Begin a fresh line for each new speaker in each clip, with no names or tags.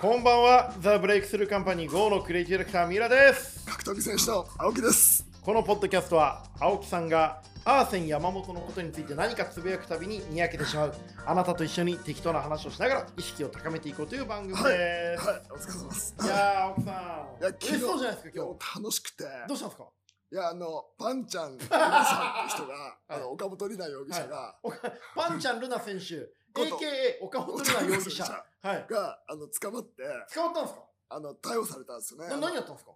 こんばんは、ザ・ブレイクスルーカンパニー GO のクリエイティブディレクター、ミラです。
格闘技選手の青木です。
このポッドキャストは、青木さんがアーセン山本のことについて何かつぶやくたびににやけてしまう、あなたと一緒に適当な話をしながら意識を高めていこうという番組です。
はい、お疲れ様です。
い、やー、青木さん、
いや
嬉しそうじゃないですか、今日。
楽しくて、
どうしたんですか
いや、あの、パンちゃん、皆さんっていう人が、あの、岡本里奈容疑者が、
おかパンちゃんルナ選手、
こと
AKA 岡本ルナ容疑者。
岡
はい。
が、あの、捕まって、
捕まったんですか
あの、逮捕されたんですよね。
な何やったんですか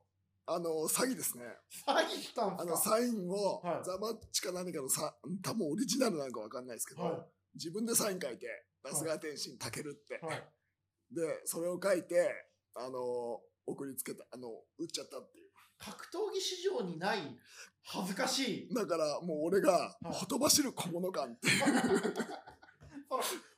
あの、詐欺ですね。
詐欺したん
あ
で
の、
すか
サインを、
はい
ザマッチか何かのさ、多分オリジナルなんかわかんないですけど、
は
自分でサイン書いて、ラスガー天心たけるって
い。。はい。
で、それを書いて、あの、送りつけた、あの、打っちゃったっていう。
格闘技史上にない恥ずかしい
だからもう俺が
はい
ほとばしる小物感っていう、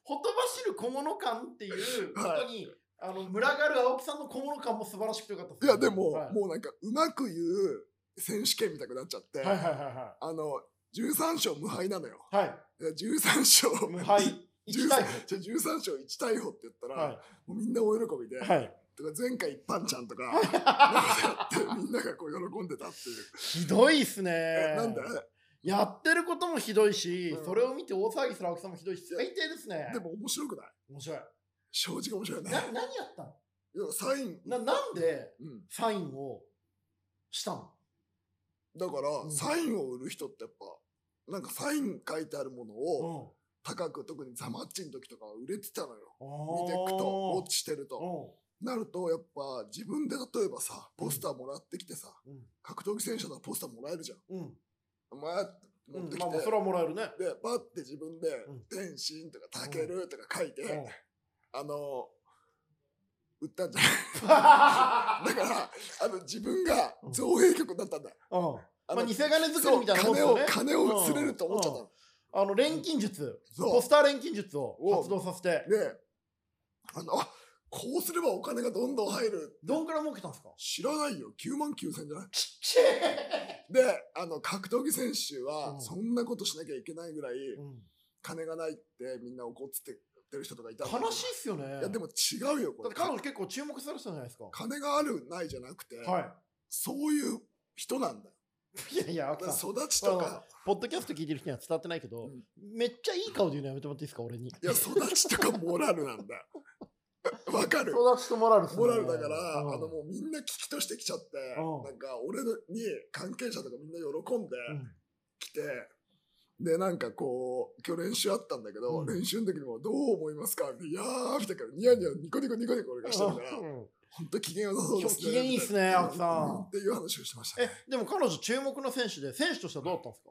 ほとばしる小物感っていうこ
はい
とに、あの群がる青木さんの小物感も素晴らしくてよかった
い、やでも、
はい
もうなんかうまく言う選手権みたくなっちゃって、
はいはいは
あの13勝無敗なのよ
い はいはい
いや13勝
無敗行きたい
じゃあ13勝1逮捕って言ったら、
は
もうみんな大喜びで、
いはい
とか前回一般ちゃんとかなんかやってみんながこう喜んでたっていう、
ひどいっすね
えなんで
やってることもひどいし、
うん
それを見て大騒ぎする青木さんもひどいし最低ですね
でも面白くない
面白い
正直面白いね
な何やったの
いやサイン、
ななんで
うん、
サインをしたの
だから、
ん
サインを売る人ってやっぱなんかサイン書いてあるものを、
うん
高く特にザマッチの時とかは売れてたのよ
見
見ていくと落ちてると
う
なるとやっぱ自分で例えばさポスターもらってきてさ、
うん
格闘技選手のポスターもらえるじゃん
んうん
お前って持ってきて、
まあまあそれはもらえるね
でバッて自分で
うん
「天心」とか「たける」とか書いて、
うん
あの売ったんじゃ ないだからあの自分が造幣局だったんだ、
うん
あ
まあ
の
偽金作りみたいなもんですよね
そう金を金を釣れると思っちゃったの、
あの錬金術、
そう
ポスター錬金術を発動させて、
で、あの、あこうすればお金がどんどん入る。
どんくらい儲けたんですか
知らないよ。9万9000じゃない
ちっちゃ
で、あの、格闘技選手
う
は、
ん
そんなことしなきゃいけないぐらい、
い、うん
金がないってみんな怒ってってる人とかいたんだけど
悲しいっすよね。
いや、でも違うよ、こ
だっ
れ。
て彼女結構注目されてたじゃないですか。
か金がある、ないじゃなくて、
は
そういう人なんだよ。
い。いやいや、青木
だか
さ
ら
ん
育ちとか、
ポッドキャスト聞いてる人には伝わってないけど、
うん
めっちゃいい顔で言うのやめてもらっていいですか、俺に。
いや、育ちとかモラルなんだ よ。わかる
育ちとモラルっすね
モラルだから、
うん
あのもうみんな危機としてきちゃって、
うん
なんか俺のに関係者とかみんな喜んで
うん
きて、で、なんかこう、今日練習あったんだけど、
うん
練習の時にもどう思いますかって、いやーみたいな、ニヤニヤニコニコニコニコ俺がしてるから、
うん
本当機嫌良さそうですね。
今日機嫌いいっすね
みたな
青木さん
っていう話をしてました、
え
ね。、
でも彼女注目の選手で、選手としてはどうだったんですか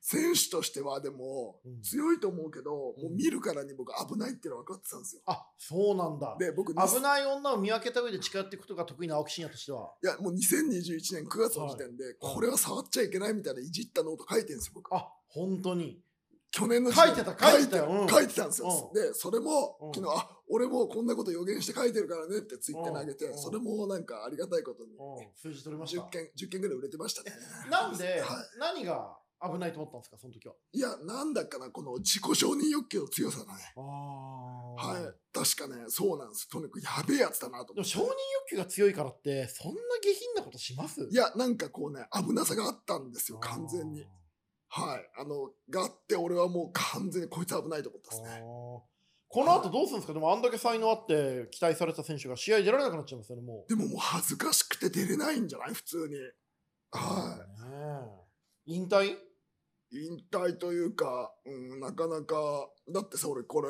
選手としてはでも、
うん
強いと思うけど、も
う
うん見るからに僕危ないっていうの分かってたんですよ。
あ、そうなんだ。
で、僕、
危ない女を見分けた上で近寄っていくことが得意な青木真也としては。
いや、もう2021年9月の時点で、これは触っちゃいけないみたいないじったノート書いてるんですよ、僕。
あ、本当に。
去年の
書いてた書いてたようん
書いてたんですよ。
う
で、それも
うん、
昨日、あ、俺もこんなこと予言して書いてるからねってツイッターに上げて
うん、
それもなんかありがたいことに、
数字取れまし
10
た。
件、10件ぐらい売れてましたね。
なんで
は、
何が危ないと思ったんですか、その時は。
いや、なんだかな、この自己承認欲求の強さだね。はい
は。
確かね、そうなんです。とにかくやべえやつだなと
で
思
も
って
承認欲求が強いからって、そんな下品なことします
いや、なんかこうね、危なさがあったんですよ、
あー
完全に。はい。あの、があって、俺はもう完全にこいつ危ないと思ったですね。
あーこの後どうするんですかでもあんだけ才能あって期待された選手が試合出られなくなっちゃいますよね、もう。
でももう恥ずかしくて出れないんじゃない普通に。は
ねえ引退
い。引退というか、うん、なかなか、だってさ、俺これ、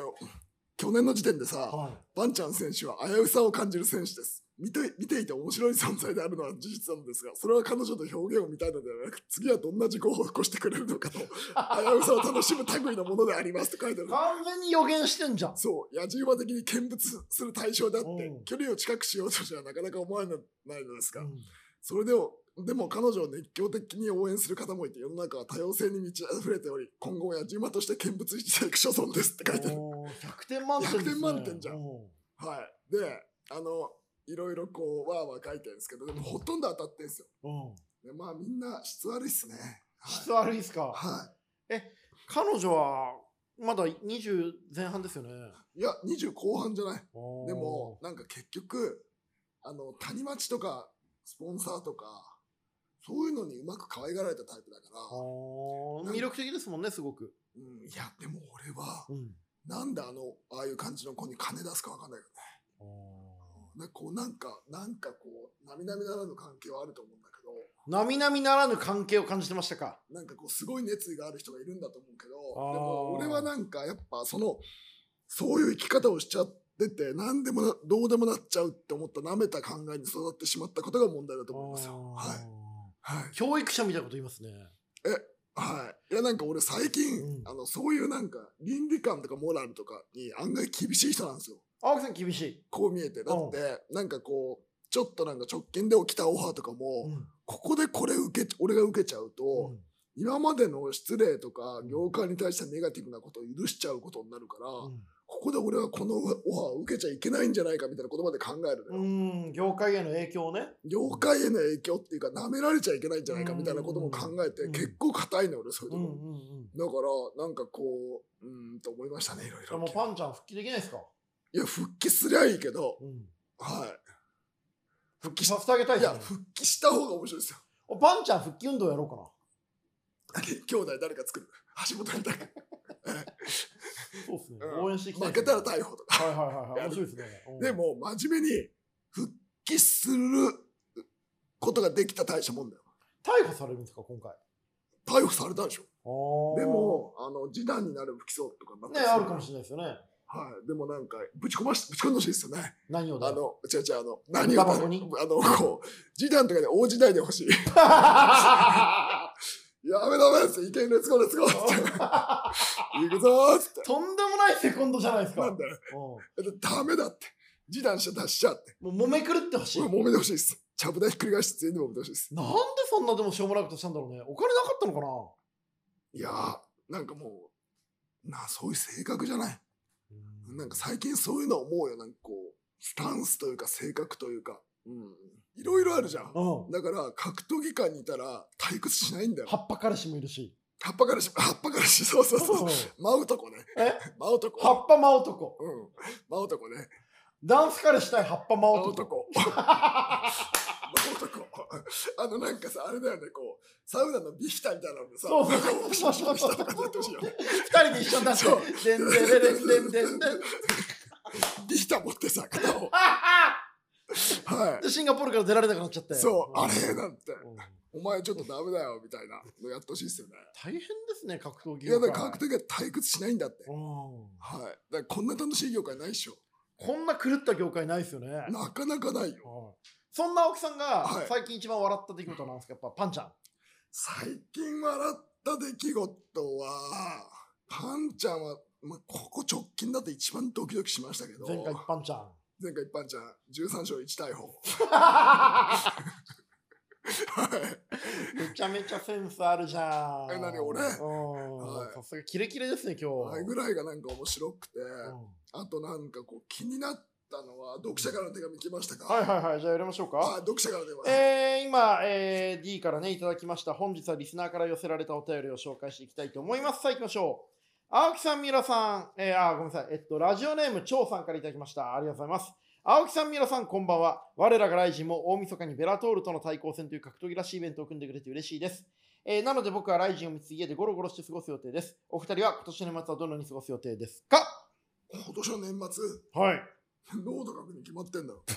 去年の時点でさ、
は
バンチャン選手は危うさを感じる選手です。見て、見ていて面白い存在であるのは事実なのですが、それは彼女の表現を見たいのではなく、次はどんな事故を起こしてくれるのか と、危うさを楽しむ類のものでありますと書いてある
い。。完全に予言してんじゃん。
そう、野次馬的に見物する対象であって
うん、
距離を近くしようとしてはなかなか思わないのですが
う、ん
それでも、でも彼女を熱狂的に応援する方もいて、世の中は多様性に満ち溢れており、今後は野じ馬として見物していく所存ですって書いてある。
おー100点満点です、ね。
100点満点じゃん
う
はい。で、あの、いろいろこう、わーわー書いてるんですけど、でもほとんど当たってんですよ。
うん。
でまあみんな質悪いっすね。
質悪いですか、
はい。
彼女はまだ20前半ですよね。
いや、20後半じゃない。
で
でも、、なんか結局、あの、谷町とか、スポンサーとか、そういうのにうまく可愛がられたタイプだから
あ、ー魅力的ですもんね、すごく。
うん、いや、でも俺は、
うん。
なんであの、ああいう感じの子に金出すかわかんないけどね。なんかこう、なんか、なんかこう、並々ならぬ関係はあると思うんだけど、
並々ならぬ関係を感じてましたか。
なんかこう、すごい熱意がある人がいるんだと思うけど、で
あー
も俺はなんか、やっぱその、そういう生き方をしちゃってて、何でもな、どうでもなっちゃうって思った舐めた考えに育ってしまったことが問題だと思いますよ。
あー
はい。はい。
教育者みたいなこと言いますね。
はい。いや、なんか俺最近、
うん
あの、そういうなんか、倫理観とかモラルとかに案外厳しい人なんですよ。
青木さん厳しい。
こう見えて。だって、なんかこう、ちょっとなんか直近で起きたオファーとかも、
うん
ここでこれ受け、俺が受けちゃうと、
うん
今までの失礼とか、業界に対してネガティブなことを許しちゃうことになるから、ここで俺はこのオファーを受けちゃいけないんじゃないかみたいなことまで考えるの
う
よ。
ん、うん業界への影響をね。
業界への影響っていうか、舐められちゃいけないんじゃないかみたいなことも考えて、
うん
結構硬いのよ俺、そういう
うん
とこ
うん
ろ。
うん。
だから、なんかこう、うーんと思いましたね、いろい
で
ろ。
もパンちゃん復帰できないですか。
いや、復帰すりゃいいけど、
うん
は
復帰させてあげたい
い。い
です
や、
ね。
復帰した方が面白いですよ。
おパンちゃん復帰運動やろうかな。
兄弟誰か作る。橋本 に誰か。
そうですね
うん
応援していきたいで
負け
すね。
たら逮捕とか。
はいはいはいはい。面白いですね。うん
で、も、真面目に、復帰することができた大したもんだよ。
逮捕されるんですか、今回。
逮捕されたでしょ。
でも
でも、あの、示談になる不起訴とかになっ
ね、
たりす
あるかもしれないですよね。
はい。でもなんか、ぶち込まし、ぶち込んでほしいですよね。
何をだ
あの、違う違う、あの、何を、
タバコに
あの、こう、示談とかで大時代で 欲しい。やめダメですいけんレッツゴーレッツゴーっつ って。行くぞーっつって。
とんでもないセコンドじゃないですか。
な
うんん
だよ。ダメだって。示談して出しちゃって。
もう揉め狂ってほしい。
もう揉めてほしいです。ちゃぶ台ひっくり返して全員で揉めてほしいです。
なんでそんなでもしょうもないことしたんだろうね。お金なかったのかない
やー、なんかもう、なあ、そういう性格じゃない。なんか最近そういうの思うよ。なんかこう、スタンスというか性格というか。うん。いろいろあるじゃん。
うん。
だから、格闘技館にいたら退屈しないんだよ。
葉っぱ彼氏もいるし。
葉っぱからし、葉っぱからし、そうそうそう。真男ね。
え
真男。
葉っぱ真男。
うん。真男ね。
ダンス彼氏対葉っぱ真
真
男。
男。真男。あの、なんかさ、あれだよね、こう、サウナのビヒタみたいなのでさ、
そうそう
こピシャピシャピシャとか やってほしいよね。
二人で一緒になって
そう。
でんでれれんでんでんでん。
ビヒタ持ってさ、肩を。は
で、シンガポールから出られなくなっちゃって。
い。そう、あ
ん
れなんて、
うん
お前ちょっとダメだよ、みたいなのやってほしいっすよね。
大変ですね、格闘技。
いや、だから格闘技は退屈しないんだって。
うん
はい。だからこんな楽しい業界ないっしょ。
こんな狂った業界ないですよね。
なかなかないよ。
はいそんな青木さんが
はい
最近一番笑った出来事なんですか、やっぱパンちゃん。
最近笑った出来事は、パンちゃんは、まあ、ここ直近だって一番ドキドキしましたけど、
前回パンちゃん。
前回一般ちゃん、13勝1逮捕。はい。
めちゃめちゃセンスあるじゃん。
え何俺
うん
はい
さすがキレキレですね、今日。
あれぐらいがなんか面白くて、
うん
あとなんかこう気になったのは、読者からの手紙来ましたか、
はいはいはい、じゃあやりましょうか。
あ、読者からの手紙。
えー今、えー D からね、いただきました。本日はリスナーから寄せられたお便りを紹介していきたいと思います。さあ、行きましょう。青木さん、ミラさん、えーあー、ごめんなさい。えっと、ラジオネーム、張さんからいただきました。ありがとうございます。青木さん、ミラさん、こんばんは。我らがライジンも大晦日にベラトールとの対抗戦という格闘技らしいイベントを組んでくれて嬉しいです。えーなので僕はライジンを見つつ家でゴロゴロして過ごす予定です。お二人は今年の年末はどのように過ごす予定ですか
今年の年末、
はい。
ノート書くに決まってんだろ。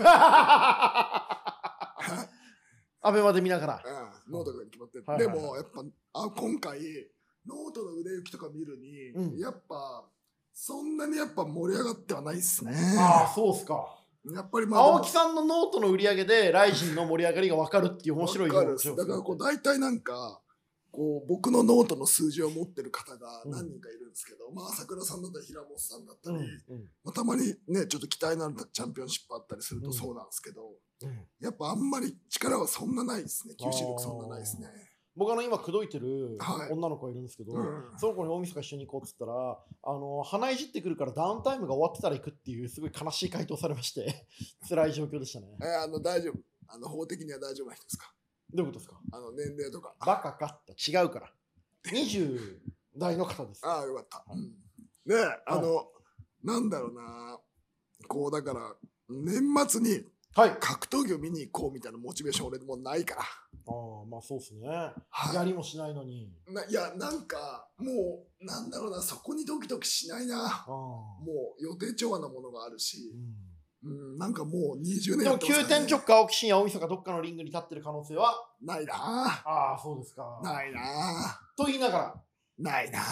アベマで見ながら。
うん、ノート書くに決まってんだ、
はいはいはい
でも、やっぱ、あ今回、ノートの売れ行きとか見るに、
うん
やっぱ、そんなにやっぱ盛り上がってはないっすね。
ああ、そうっすか。
やっぱりまあ
青木さんのノートの売り上げで、ライジンの盛り上がりが分かるっていう面白い
わか
よ
る
面白い
だからこう大体なんかこう僕のノートの数字を持ってる方が何人かいるんですけど、まあ朝倉さんだったり平本さんだった
うん
り、
うん
まあ、たまにねちょっと期待のあるチャンピオンシップあったりする
う
と
ん
そうなんですけど、
うん
やっぱあんまり力はそんなないですね吸収力そんなないですね
僕あの今口説いてる
はい
女の子がいるんですけど、
うん
その子に大晦日一緒に行こうっつったらあの鼻いじってくるからダウンタイムが終わってたら行くっていうすごい悲しい回答されまして 辛い状況でしたね
えーあの大丈夫あの法的には大丈夫な人ですか
どういうことですか
あの年齢とか
バカかって違うから20代の方です
ああよかった、うんねあの、なんだろうなこうだから年末に
はい。あ
格闘技を見に行こうみたいなモチベーション俺もうないから、
あ、まあそうですね。
はい
やりもしないのに。
ないやなんかもうなんだろうなそこにドキドキしないな
ああ。
もう予定調和なものがあるし
う、ん、
うん、なんかもう20年
で
や
も
ってます
急
から
転
ね
直下青木真也大晦日どっかのリングに立ってる可能性は
ないな
ああそうですか
ないな
と言いながら
ないな
あ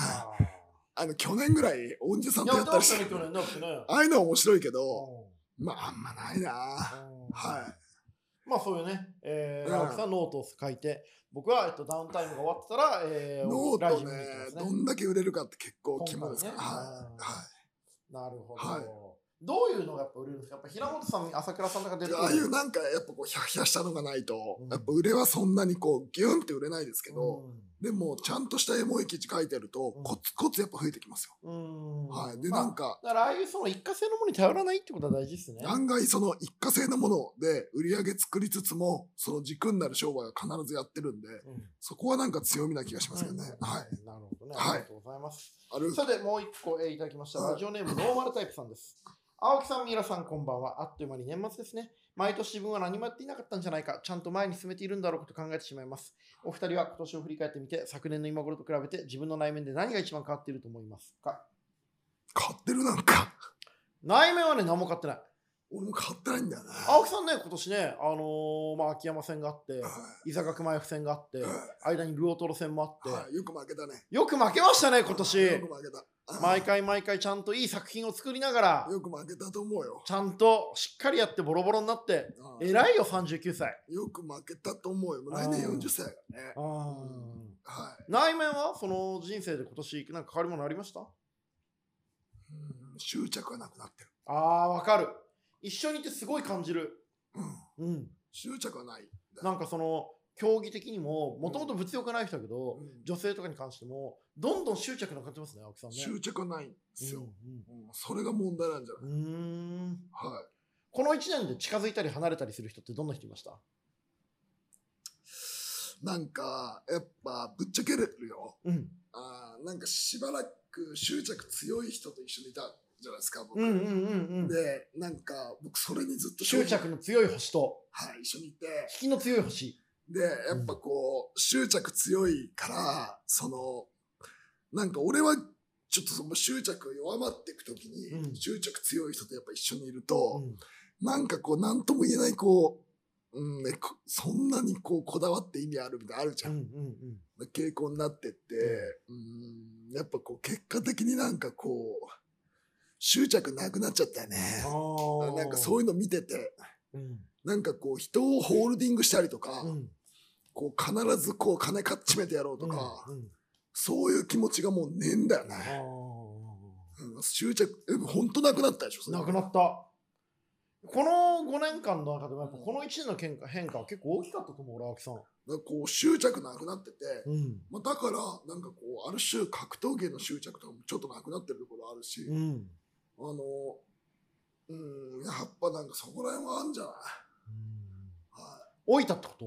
あの去年ぐらい恩師さ
あ
ん
や
と
っま
やってたり
し
した
ね
て
去年だってね
ああいうのは面白いけど
うん
まああんまないなは
うん
い
まあそういうね、えー
うん
青木さんノートを書いて僕は、えっと、ダウンタイムが終わってたら、えー、
ノ
ラ
ー
ジ
ト
ム
ね
に行ってま
ど
すね
んだけ売れるかって結構肝
今
です
回
か
ね
らは
うんな
いは
るほど、
はい
どういうのがやっぱ売れるんですかやっぱ平本さん朝倉さんとか出
い
て
で
くる
ああいうなんかやっぱこうヒャヒャしたのがないと
うん
やっぱ売れはそんなにこうギュンって売れないですけど
う
でもちゃんとしたエモい記事書いてると
うん
コツコツやっぱ増えてきます
ん、うん
よはいで
まあ
なんか
だからああいうその一過性のものに頼らないってことは大事ですね。
案外その一過性のもので売り上げ作りつつもその軸になる商売は必ずやってるんで
うん
そこはなんか強みな気がしますけどね。
うん
はい。
なるほどね。あ
はい
りがとうございます。
ある。
さて、もう一個、えーいただきました。
はい
ラジオネーム、ノーマルタイプさんです。青木さん、皆さん、こんばんは。あっという間に年末ですね。毎年自分は何もやっていなかったんじゃないか、ちゃんと前に進めているんだろうかと考えてしまいます。お二人は今年を振り返ってみて、昨年の今頃と比べて自分の内面で何が一番変わっていると思いますか
買ってるなんか。
内面はね、何も変わってない。
俺も買ってないんだよね。
青木さんね、今年ね、あのーまあ、秋山戦があって、
は
伊坂熊谷戦があって
はい、
間にルオトロ戦もあ
い。
っ
は
て、
い。よく負けたね。
よく負けましたね、今
よ
年
く。負けた。
毎回毎回ちゃんといい作品を作りながら
うん。、よく負けたと思 うよ。
ちゃんとしっかりやってボロボロになって、
うん
偉いよ、39歳。
よく負けたと思うよ。もう来年
うん
40歳だからね。んは
内面はその人生で今年なんか変わりものありました
い。うん執着はなくなってる。
ああ、わかる。一緒にいてすごい感じる。
うん。
うん。
執着はない。
なんかその、競技的にも、もともと物欲ない人だけど、
うん
女性とかに関しても、どんどん執着な感じますね、青木さんね。
執着はないんですよ。
う
うんそれが問題なんじゃな
ん
い
うん、うーん
はい。
この1年で近づいたり離れたりする人ってどんな人いました
なんか、やっぱぶっちゃけれるよ。
うん。
あーなんかしばらく執着強い人と一緒にいたじゃないですか、僕。
うんうんうんうん。
で、なんか、僕、それにずっと
執着の強い星と、
はい、一緒にいて、
引きの強い星。
で、やっぱこう、執着強いから、その、なんか俺は、ちょっとその執着弱まっていくときに、
うん
執着強い人とやっぱ一緒にいる
う
と、
ん
なんかこう、なんとも言えない、こう、うんね、こそんなにこう、こだわって意味あるみたいなのあるじゃ。
うんんうん
傾向になってって、うん、やっぱこう、結果的になんかこう、執着なくなっちゃったよね。
うん。
なんかそういうの見てて、
うん。
なんかこう人をホールディングしたりとか、
うん。
こう必ずこう金かっちめてやろうとか、
うんうん
そういう気持ちがもうねえんだよ
あ
ね。
ー
うん執着、うんほんとなくなったでしょ、それ
なくなった。この5年間の中でも、やっぱこの1年の変化変化は結構大きかったと思う、俺、青木さん。
なんかこう執着なくなってて、
うん。
まあ、だからなんかこうある種格闘技への執着とかもちょっとなくなってるところあるし、
うん。
あの、うん、やっぱなんかそこら辺はあるんじゃないは
老いたってこと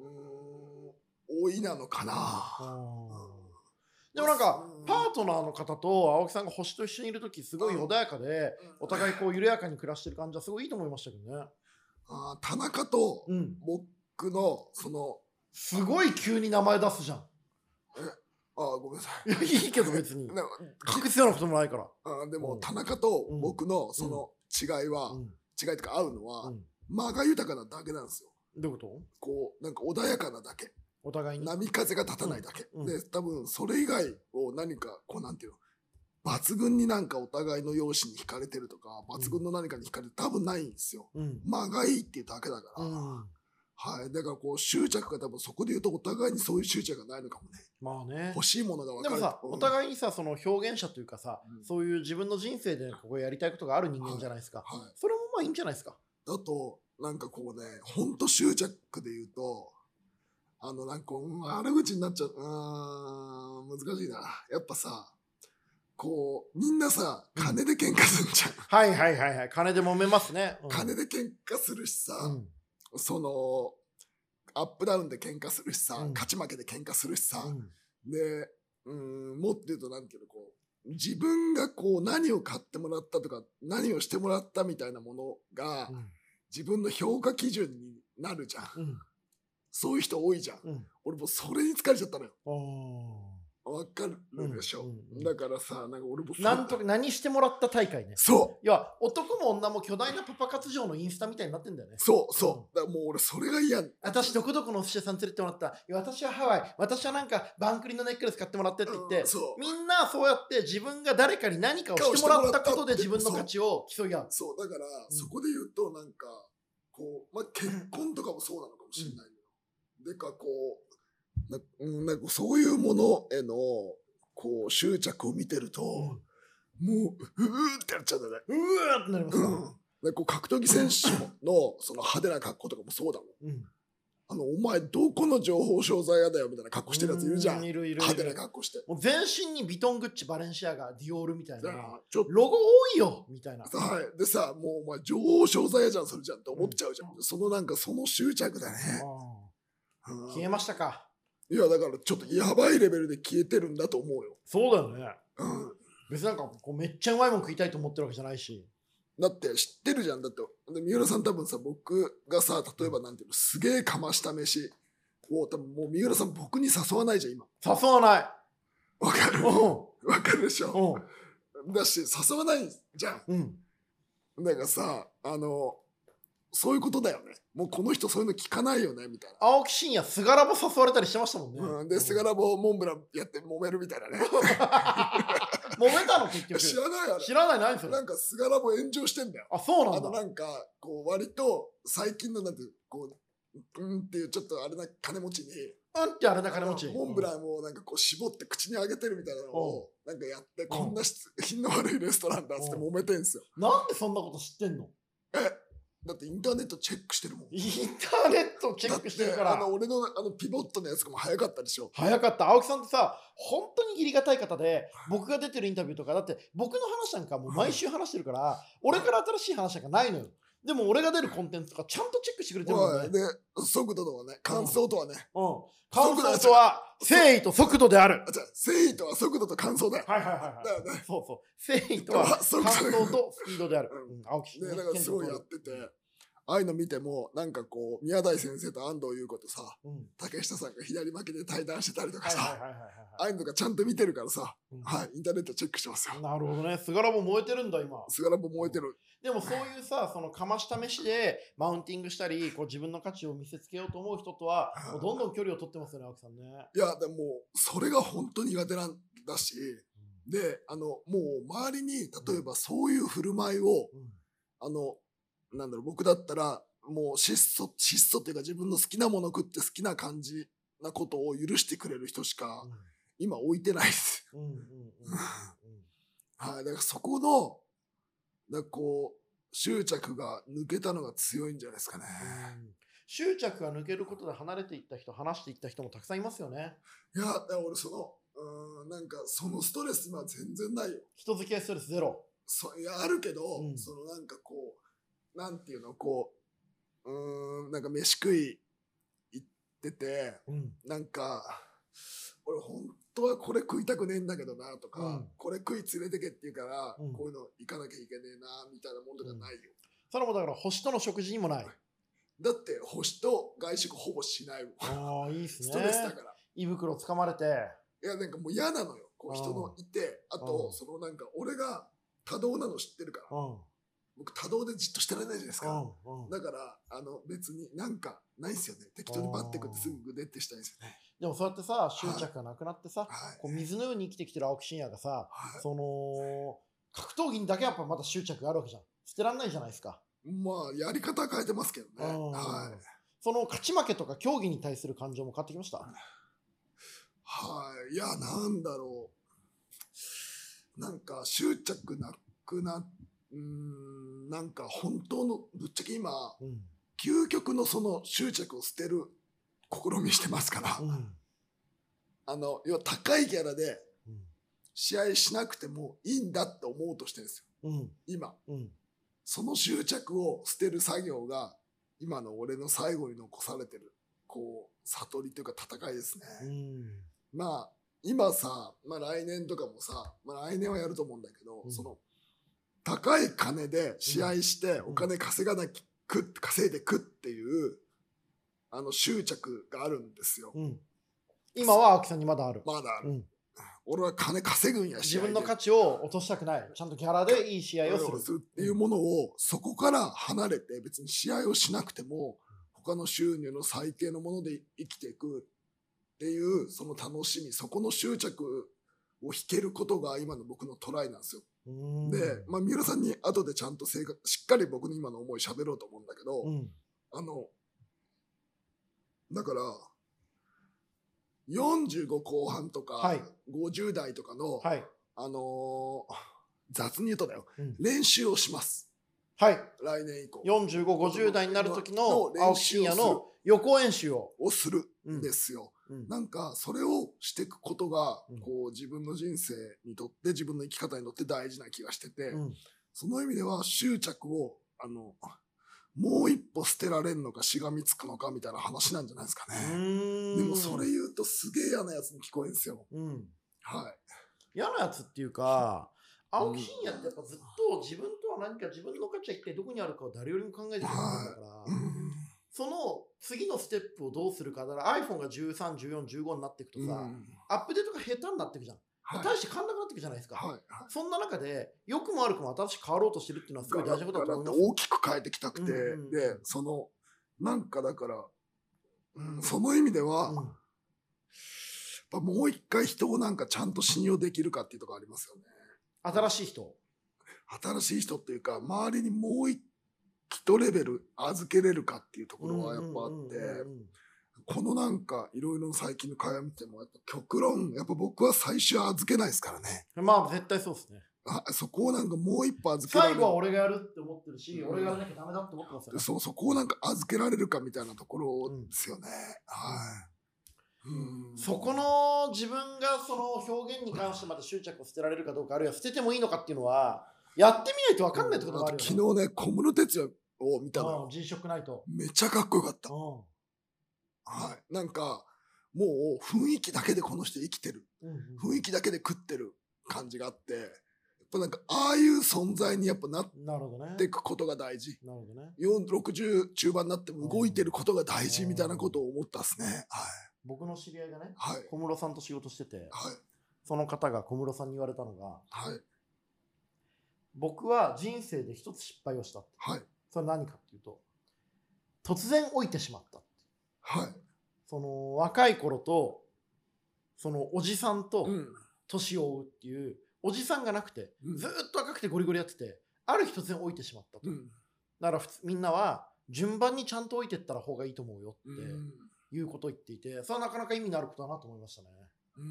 い。うん、多いなのかな。
でもなんか
うん、
パートナーの方と青木さんが星と一緒にいるとき、すごい穏やかで、お互いこう緩やかに暮らしてる感じはすごいいいと思いましたけどね。
あー田中と
うん。
僕の、その、
すごい急に名前出すじゃん。
ああ、ごめんなさい。
いや、いいけど別に。
でも
隠すようなこともないから。
あーで
う
も
ん
田中と僕のその違いは、
うん。
違いとか合うのは、
うん
間が豊かなだけなんですよ。
どういうこと
こう、なんか穏やかなだけ。
お互いに。
波風が立たないだけ。
うん
で、多分それ以外を何か、こうなんていうの、抜群になんかお互いの容姿に惹かれてるとか、抜群の何かに惹かれて多分ないんですよ。
うん。
間がいいっていうだけだから。
うん。
はい。だからこう執着が多分そこで言うとお互いにそういう執着がないのかもね。
まあね。
欲しいものが分
でも
かる。
さ、
うん
お互いにさ、その表現者というかさ、
うん
そういう自分の人生でここやりたいことがある人間じゃないですか。
はい。
それもまあいいんじゃないですか。
だと、なんかこうね、ほんと執着で言うと、あの、なんか、うん悪口になっちゃう。うーん、難しいな。やっぱさ、こう、みんなさ、金で喧嘩するじゃん。
はいはいはいはい。金で揉めますね。うん
金で喧嘩するしさ、
うん。
その、アップダウンで喧嘩するしさ、
うん
勝ち負けで喧嘩するしさ、
うん
で、うーん、もっと言うと、なんていうの、こ自分がこう何を買ってもらったとか何をしてもらったみたいなものが
うん
自分の評価基準になるじゃん。
うん
そういう人多いじゃん。
うん
俺もうそれに疲れちゃったのよ。
お
わかるでしょ。
うんうんうん
だからさ、なんか俺も
ーなんとか何してもらった大会ね
そう
いや男も女も巨大なパパ活場のインスタみたいになってんだよね
そうそう。だからもう俺それが嫌。
私どこどこのお寿司屋さん連れてもらったいや私はハワイ私はなんかバンクリのネックレス買ってもらってって言って、
うんそう。
みんなそうやって自分が誰かに何かをしてもらったことで自分の価値を競い合う。
そう、だから、そこで言うと、なんか、こう、まあ、結婚とかもそうなのかもしれないよ。でか、こう、なうんなんかそういうものへの、こう、執着を見てると、もう、ううーってなっちゃうんだね。
うわーってなります
う
ね
ん。なんかこう格闘技選手の、その派手な格好とかもそうだもん。
うん。
あの、お前、どこの情報商材屋だよ、みたいな格好してるやついるじゃ。
うんいるいるい
派手な
る。
格好して。
もう全身にビトングッチ、バレンシアガ、ディオールみたい
だ
な
か。らちょっと
ロゴ多いよみたいな。
さはい、でさもうお前情報商材やじゃんそれじゃんって思っちゃうじゃん、そのなんかその執着だね、
あー
うん
消えましたか。
いやだからちょっとやばいレベルで消えてるんだと思うよ、
そうだよね。
うん、
別になんかこうめっちゃうまいもん食いたいと思ってるわけじゃないし。
だって知ってるじゃんだってで三浦さん多分さ僕がさ例えばなんていうのすげえかました飯を多分もう三浦さん僕に誘わないじゃん今
誘わない。
わかる
う
わかるでしょ
ん。
だし誘わないじゃん
うん。
だからさあのそういうことだよねもうこの人そういうの聞かないよねみたいな
青木真也、すがらぼ誘われたりしてましたもんね。
うん、で、スガラボモンブランやって揉めるみたいなね。
揉めたの結局。
知らないあ
知
れ。
らない、ないですよ
なんかスガラボ炎上してんだよ。
あ、そうな
あ
ん
と
だ。
なんか、こう、割と最近のなんていう、こう、うんっていうちょっとあれな金持ちに、
うんってあれだから持ち。
あのモンブランをなんかこう絞って口にあげてるみたいなのを、なんかやって、こんな質品の悪いレストランだっつって揉めてんすよ。
なんでそんなこと知ってんの
だってインターネットチェックしてるもん。
インターネットチェックしてるか
だってあ
ら
の。俺のあのピボットのやつとかも早かったでしょ。
早かった青木さんってさ本当に義理がたい方で僕が出てるインタビューとかだって僕の話なんかもう毎週話してるから俺から新しい話なんかないのよでも俺が出るコンテンツとかちゃんとチェックしてくれてるもんね、
おいで、速度とはね、感想とはね、
うん、感想とは誠意と速度である
あ、じゃあ誠意とは速度と感想だよ。
はいはいはい、
だ
はい、
よね。
そうそう誠意とは 感想
速度
とスピードである、
う
うん、青木
ね、だからすごいやってて
う、
ああいうの見ても、なんかこう、宮台先生と安藤優子とさ、
ん、はい
竹下さんが左巻きで対談してたりとかさ、
はいはいはい
ああいうのがちゃんと見てるからさ、
うん
はい、インターネットチェックしてますよ
はい。なるほどねすがらも燃えてるんだ今
すがらぼ燃えてる。
でもそういうさ、そのかました飯でマウンティングしたり、こう自分の価値を見せつけようと思う人とは、もうどんどん距離を取ってますよね、青木さんね。
いや、でももう、それが本当に苦手なんだし、で、あの、もう周りに、例えばそういう振る舞いを、
うん
あの、なんだろう、僕だったら、もう質素、質素っていうか自分の好きなもの食って好きな感じなことを許してくれる人しか、今置いてないです。
うんうんうんうんう
はい、だからそこの、なんかこう、執着が抜けたのが強いんじゃないですかね。
んうん執着が抜けることで離れていった人、離していった人もたくさんいますよね。
いや、だから俺その、うーん、なんかそのストレス今全然ないよ。
人付き合いストレスゼロ。
そいや、あるけど、
うん
そのなんかこう、なんていうの、こう、うーん、なんか飯食い行ってて、
うん
なんか、俺本当はこれ食いたくねえんだけどなとか、
うん
これ食い連れてけって言うから、
うん
こういうの行かなきゃいけねえなみたいなもんとかないよ。
それもだから星との食事にもない。
だって星と外食ほぼしないもん。
ああ、いいっすね
ストレスだ。から。
胃袋掴まれて。
いや、なんかもう嫌なのよ。こう人のいて、あ
う
と、
ん
そのなんか俺が多動なの知ってるから、
うん。うん。
僕多動でじっとしてられないじゃないですか。
うん。
だから、あの別になんかないんすよね。適当にバッて食ってすぐグデってしたいんですよね。
でもそうやってさ、執着がなくなってさ、
はい。
こう水のように生きてきてる青木真也がさ、
は
その格闘技にだけやっぱまだ執着があるわけじゃん捨てらんないじゃないですか、
い。まあ、やり方は変えてますけどね。
うん
はい。
その勝ち負けとか競技に対する感情も変わってきました、
はい。いや、なんだろう。なんか執着なくな、うーん、なんか本当の、ぶっちゃけ今、
うん
究極のその執着を捨てる試みしてますから、
うん
あの、要は高いギャラで
うん
試合しなくてもいいんだって思おうとしてるんです
うん
よ、今。
うん
その執着を捨てる作業が、今の俺の最後に残されてる、こう、悟りというか戦いですね。
うん
まあ、今さ、まあ、来年とかもさ、まあ、来年はやると思うんだけど、
うん
その高い金で試合してお金稼がなきく稼いでくっていうあの執着があるんですよ。
うん、今は青木さんにまだある、
まだある、
うん
俺は金稼ぐんや
自
試合で
分の価値を落としたくないちゃんとギャラでいい試合をする
するっていうものをそこから離れて別に試合をしなくても他の収入の最低のもので生きていくっていうその楽しみそこの執着を引けることが今の僕のトライなんですよ。
うん
で、まあ、三浦さんに後でちゃんと正確しっかり僕の今の思い喋ろうと思うんだけど、
うん
あのだから45後半と
は
か
い
50代とかの、
はい
あのー雑に言うとだよ、
うん
練習をします
はい
来年以降
4550代になる時の
の練習を
青木真也
する
の予行演習を、
をする
うん
んですよ、
うん
なんかそれをしていくことが、
うん
こう自分の人生にとって自分の生き方にとって大事な気がしてて、
うん
その意味では執着をあのもう一歩捨てられんのかしがみつくのかみたいな話なんじゃないですか
う
ね、
ん
でもそれ言うとすげえ嫌なやつに聞こえんすよ
うん、
はい
嫌なやつっていうか青木真也ってやっぱずっと自分とは何か自分の価値は一体どこにあるかを誰よりも考えてる人なんだから、
うん
その次のステップをどうするかだから iPhone が131415になっていくとさ、
うん
アップデートが下手になっていくじゃん
はい
大して変わんなくなっていくじゃないですか、
はいはい
そんな中で良くも悪くも新しく変わろうとしてるっていうのはすごい大事なことだと思います
大きく変えてきたくて、
うんうん
でそのなんかだから、うん、その意味では、やっぱもう一回人をなんかちゃんと信用できるかっていうところありますよね
うん新しい人
新しい人っていうか周りにもう一一レベル預けれるかっていうところはやっぱあって、
うんうん
このなんかいろいろ最近の会話見てもやっぱ極論やっぱ僕は最終は預けないですからね
うんまあ絶対そうですね
あそこをなんかもう一歩預けられ
最後
る
は俺がやるって思ってるし、
うん
俺がやらなきゃダメだって思ってますよね
そう、そこをなんか預けられるかみたいなところですよね。はい。うん
そこ、の自分がその表現に関してまた執着を捨てられるかどうかあるいは捨ててもいいのかっていうのはやってみないと分かんないってこともあるよ、ね、
昨日ね、小室哲也を見たの
うん
よ。
G ショックないと、
めっちゃかっこよかった
う。
はい。なんか、もう雰囲気だけでこの人生きてる。
んうんうん
雰囲気だけで食ってる感じがあって、やっぱなんか、ああいう存在にやっぱなっ
なるほどね
ていくことが大事。
なるほどね
4 60中盤になっても動いてることが大事みたいなことを思ったっすね。
僕の知り合いがね
はい。
小室さんと仕事してて
はい。
その方が小室さんに言われたのが
はい。はい。
僕は人生で一つ失敗をしたって
はい。
それは何かっていうと突然老いてしまった
はい。
その若い頃とそのおじさんと
うん。
年を追うっていう、おじさんがなくて
うん
ずーっと若くてゴリゴリやっててある日突然老いてしまったと、
うん。
だから普通みんなは順番にちゃんと老いてったら方がいいと思うよっ
ん
ていうことを言っていてそれはなかなか意味のあることだなと思いましたね
うー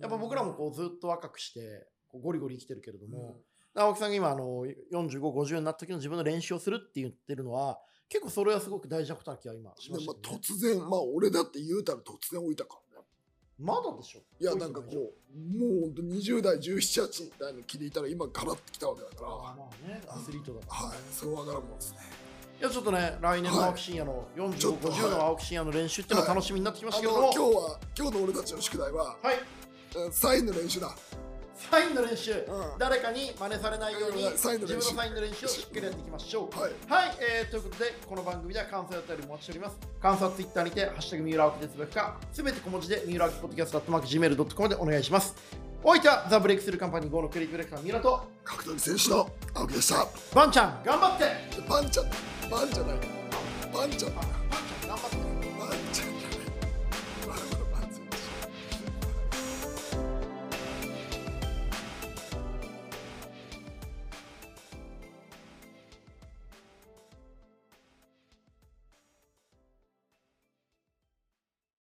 ん
やっぱ僕らもこうずっと若くしてこうゴリゴリ生きてるけれども、青木さんが今あの4550になった時の自分の練習をするって言ってるのは結構それはすごく大事なことな気が今し
う
ま
んで
し
ま
た
あ
ね、、
突然まあ俺だって言うたら突然置いたからね
まだでしょ
いやなんかこうもうほんと20代1718代の気でいたら今ガラッときたわけだから
あまあねアスリートだから
はいそう上がらんもんですね
いやちょっとね来年の青木真也の
ちょっと
4550の青木真也の練習っていうのは楽しみになってきまし
あ
た
の
けど
今日
も
は今日の俺たちの宿題は、
はい
うんサインの練習だ
サインの練習
うんは
誰かに真似されないように自
サイン
分
の練習
のサインの練習をしっかりやっていきましょう
い
はい、えー、ということで、この番組では感想やったりもお待ちしております。感想はツイッターにて、ハッシュタグ三浦青木でつぶやくか、すべて小文字で三浦青木ポッドキャスト、アットマーク Gmail.com でお願いします。お相手は、ザ・ブレイクスルーカンパニー GO のクリエイティブディレクターの三浦と、
格闘技選手の青木でした
バンちゃん、頑張って
パンちゃんパンじゃないパンちゃん
あバンちゃん、頑張って